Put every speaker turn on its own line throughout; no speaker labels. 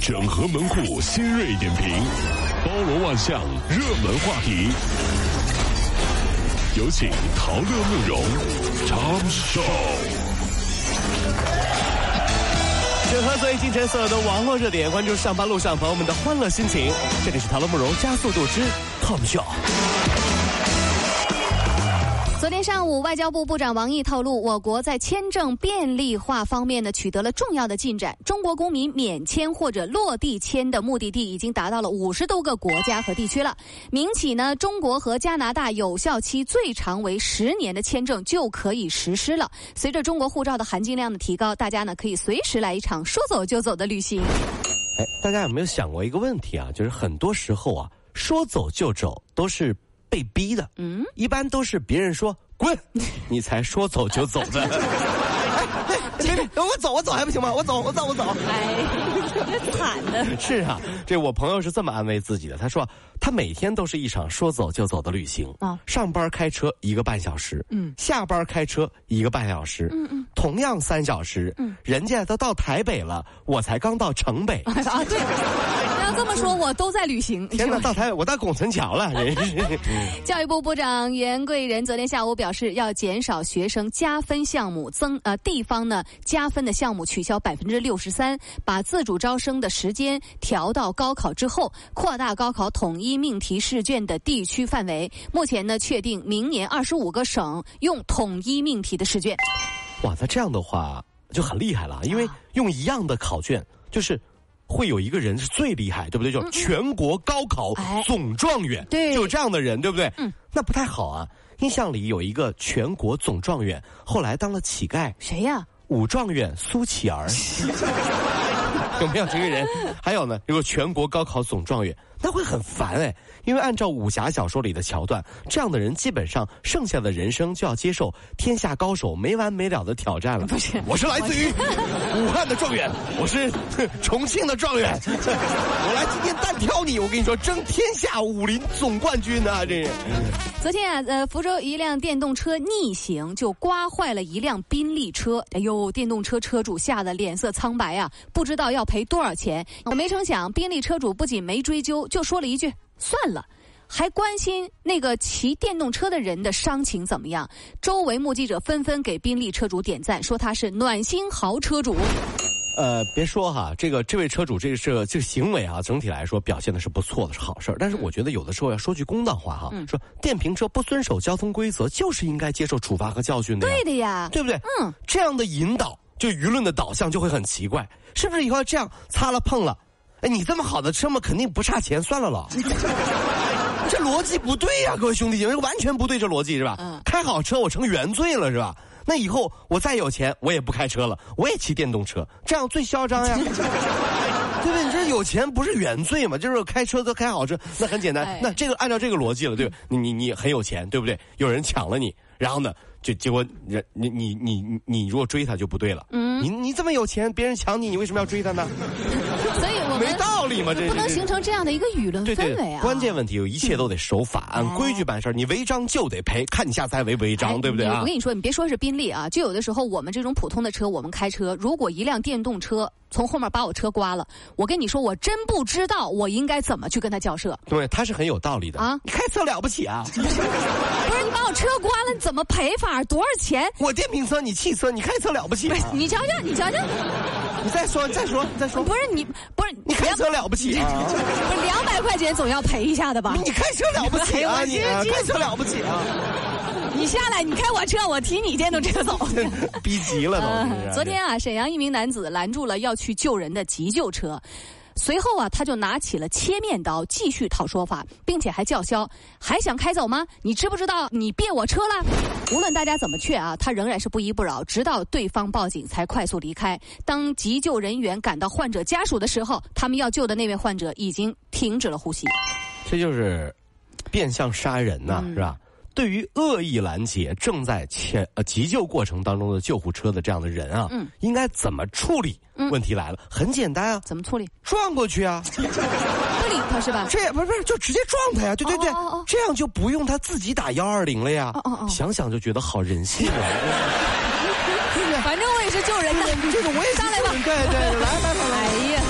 整合门户新锐点评，包罗万象，热门话题。有请陶乐慕容长寿。
整合最今晨所有的网络热点，关注上班路上朋友们的欢乐心情。这里是陶乐慕容加速度之 Tom Show。
昨天上午，外交部部长王毅透露，我国在签证便利化方面呢取得了重要的进展。中国公民免签或者落地签的目的地已经达到了五十多个国家和地区了。明起呢，中国和加拿大有效期最长为十年的签证就可以实施了。随着中国护照的含金量的提高，大家呢可以随时来一场说走就走的旅行。
哎，大家有没有想过一个问题啊？就是很多时候啊，说走就走都是被逼的，嗯，一般都是别人说滚，你才说走就走 的。哎别别，我走我走还不行吗？我走我走我走。
哎， 这惨的。
是啊，这我朋友是这么安慰自己的。他说，他每天都是一场说走就走的旅行
啊
上班开车一个半小时，
嗯
下班开车一个半小时，嗯嗯，同样三小时，嗯，人家都到台北了，我才刚到城北。
啊，对，要这么说，我都在旅 行。
天哪，到台北我到拱辰桥了，人是。
教育部部长袁贵仁昨天下午表示，要减少学生加分项目，增呃地方呢加分的项目取消百分之六十三，把自主招生的时间调到高考之后，扩大高考统一命题试卷的地区范围。目前呢，确定明年二十五个省用统一命题的试卷。
哇，那这样的话就很厉害了，啊因
啊
为用一样的考卷，就是会有一个人是最厉害，对不对？叫全国高考
嗯哎
总状元，
对
就有这样的人，对不对？
嗯，
那不太好啊。印象里有一个全国总状元，后来当了乞丐，
谁呀、
武状元苏乞儿， 有没有这个人？还有呢，有个全国高考总状元，那会很烦哎，因为按照武侠小说里的桥段，这样的人基本上剩下的人生就要接受天下高手没完没了的挑战 了。
不是
我是来自于武汉的状元，我是 重庆的状元，我来今天单挑你，我跟你说，争天下武林总冠军呢、这是。
昨天啊，呃，福州一辆电动车逆行就刮坏了一辆宾利车，哎呦，电动车车主吓得脸色苍白啊，不知道要赔多少钱。没成想，宾利车主不仅没追究，就说了一句“算了”。还关心那个骑电动车的人的伤情怎么样？周围目击者纷纷给宾利车主点赞，说他是暖心豪车主。
呃，别说哈，这个这位车主这个这这个行为啊，整体来说表现的是不错的，是好事儿。但
嗯
是我觉得有的时候要说句公道话哈，说电瓶车不遵守交通规则，就是应该接受处罚和教训的呀，
对的呀，
对不对？
嗯，
这样的引导，就舆论的导向就会很奇怪，是不是？以后这样擦了碰了，哎，你这么好的车嘛，肯定不差钱，算了了。这逻辑不对呀、各位兄弟姐妹，完全不对，这逻辑是吧？
嗯
开好车我成原罪了是吧？那以后我再有钱，我也不开车了，我也骑电动车，这样最嚣 张呀。对不对？你这有钱不是原罪嘛？就是开车都开好车，那很简单。
哎
那这个按照这个逻辑了，对吧？你你你很有钱，对不对？有人抢了你，然后呢，就结果人你你你你你如果追他就不对了。嗯，你你这么有钱，别人抢你，你为什么要追他呢？
所以我
没
们
道理嘛，这
不能
这这
形成这样的一个舆论
对
氛
对
围啊。，
关键问题有一切都得守法，按规矩办事儿。你违章就得赔，看你下次还违不违章，
嗯哎
对不对
你
啊
我？跟你说，你别说是宾利啊，就有的时候我们这种普通的车，我们开车，如果一辆电动车从后面把我车刮了，我跟你说，我真不知道我应该怎么去跟他交涉。
对，他是很有道理的
啊
你开车了不起啊？
不是你把我车刮了，你怎么赔法？多少钱？
我电瓶车，你汽车，你开车了不起、啊？
你瞧瞧，你瞧瞧，
你再说，你再说，你再说，
不是你，不是
你开车了不起啊？
不是两百块钱总要赔一下的吧？
你开车了不起啊！
哎我
你
今天
啊
今
开车了不起啊！
你下来，你开我车，我提你电动车走。
逼急了都真是
呃，。昨天啊，沈阳一名男子拦住了要去救人的急救车，随后啊，他就拿起了切面刀继续讨说法，并且还叫嚣：“还想开走吗？你知不知道你别我车了？”无论大家怎么劝啊，他仍然是不依不饶，直到对方报警才快速离开。当急救人员赶到患者家属的时候，他们要救的那位患者已经停止了呼吸。
这就是变相杀人呐、
嗯
是吧？对于恶意拦截正在前呃急救过程当中的救护车的这样的人啊，
嗯
应该怎么处理？问题来了，很简单啊，
怎么处理？
撞过去啊，
不理他是吧？
这也不是不是就直接撞他呀，对对对，
哦哦哦
这样就不用他自己打幺二零了呀。
哦哦哦哦
想想就觉得好人性啊。
反正我也是救人的，
这个我也是
上来吧
对对，来来来来。
哎呀！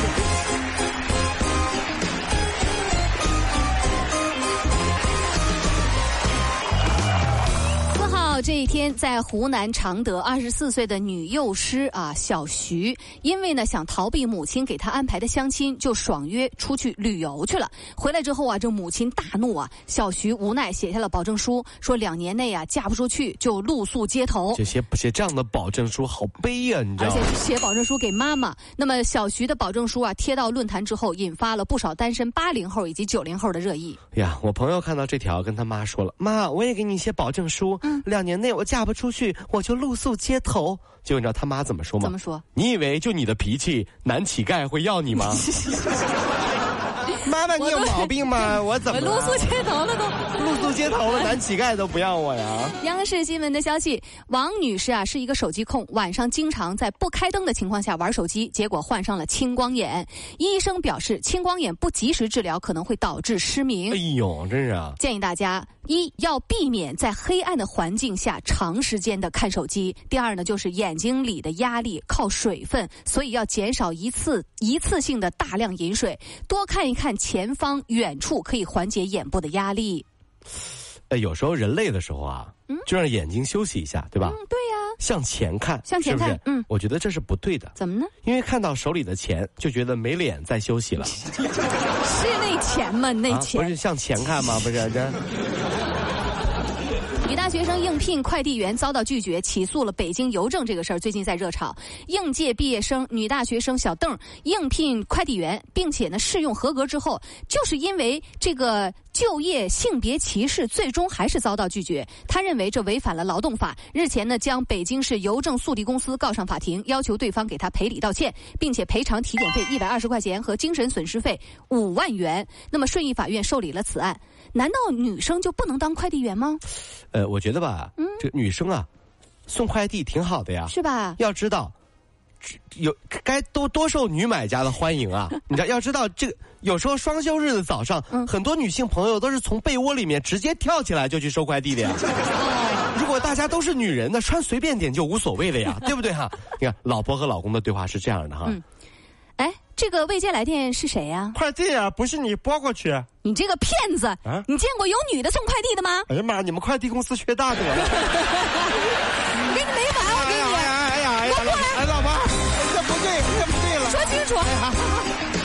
到这一天，在湖南常德，二十四岁的女幼师啊小徐，因为呢想逃避母亲给她安排的相亲，就爽约出去旅游去了。回来之后啊，这母亲大怒啊，小徐无奈写下了保证书，说两年内啊嫁不出去就露宿街头。
这些写这样的保证书好悲呀、你知
而
道
且
吗？
是写保证书给妈妈。那么小徐的保证书啊，贴到论坛之后，引发了不少单身八零后以及九零后的热议。
哎呀，我朋友看到这条，跟他妈说了：“妈，我也给你写保证书，
嗯
两年内我嫁不出去，我就露宿街头。”结果你知道他妈怎么说吗？
怎么说？
你以为就你的脾气，男乞丐会要你吗？ 妈妈，你有毛病吗？我怎么
我
了
哎露宿街头了都。
露宿街头了，男乞丐都不要我呀？
央视新闻的消息，王女士啊是一个手机控，晚上经常在不开灯的情况下玩手机，结果患上了青光眼。医生表示，青光眼不及时治疗可能会导致失明。
哎呦，真是啊！
建议大家：一要避免在黑暗的环境下长时间的看手机；第二呢，就是眼睛里的压力靠水分，所以要减少一次一次性的大量饮水，多看一看前方远处，可以缓解眼部的压力。
哎，有时候人累的时候啊，就让眼睛休息一下，对吧？
嗯，对呀、
向前看，
向前看
是不是
嗯
我觉得这是不对的，
怎么呢？
因为看到手里的钱就觉得没脸再休息了。
是那钱吗？那
啊，不
钱。
啊是向前看吗？不是这，
女大学生应聘快递员遭到拒绝，起诉了北京邮政这个事儿，最近在热炒。应届毕业生女大学生小邓应聘快递员，并且呢试用合格之后，就是因为这个就业性别歧视，最终还是遭到拒绝。她认为这违反了劳动法，日前呢将北京市邮政速递公司告上法庭，要求对方给她赔礼道歉，并且赔偿体检费一百二十块钱和精神损失费五万元。那么顺义法院受理了此案。难道女生就不能当快递员吗？
呃，我觉得吧，这女生啊，送快递挺好的呀。
是吧？
要知道，这有该多多受女买家的欢迎啊！你知道，要知道这个有时候双休日的早上，
嗯
很多女性朋友都是从被窝里面直接跳起来就去收快递的呀。如果大家都是女人呢，穿随便点就无所谓了呀，对不对哈、你看，老婆和老公的对话是这样的哈：
嗯哎，这个未接来电是谁呀、
快递啊，不是你拨过去。
你这个骗子！
啊
你见过有女的送快递的吗？
哎呀妈，你们快递公司缺大德了！
跟你没完！我
哎
跟你
呀哎呀哎呀哎呀！哎，老婆，这不对，这不对了。
说清楚。
哎呀，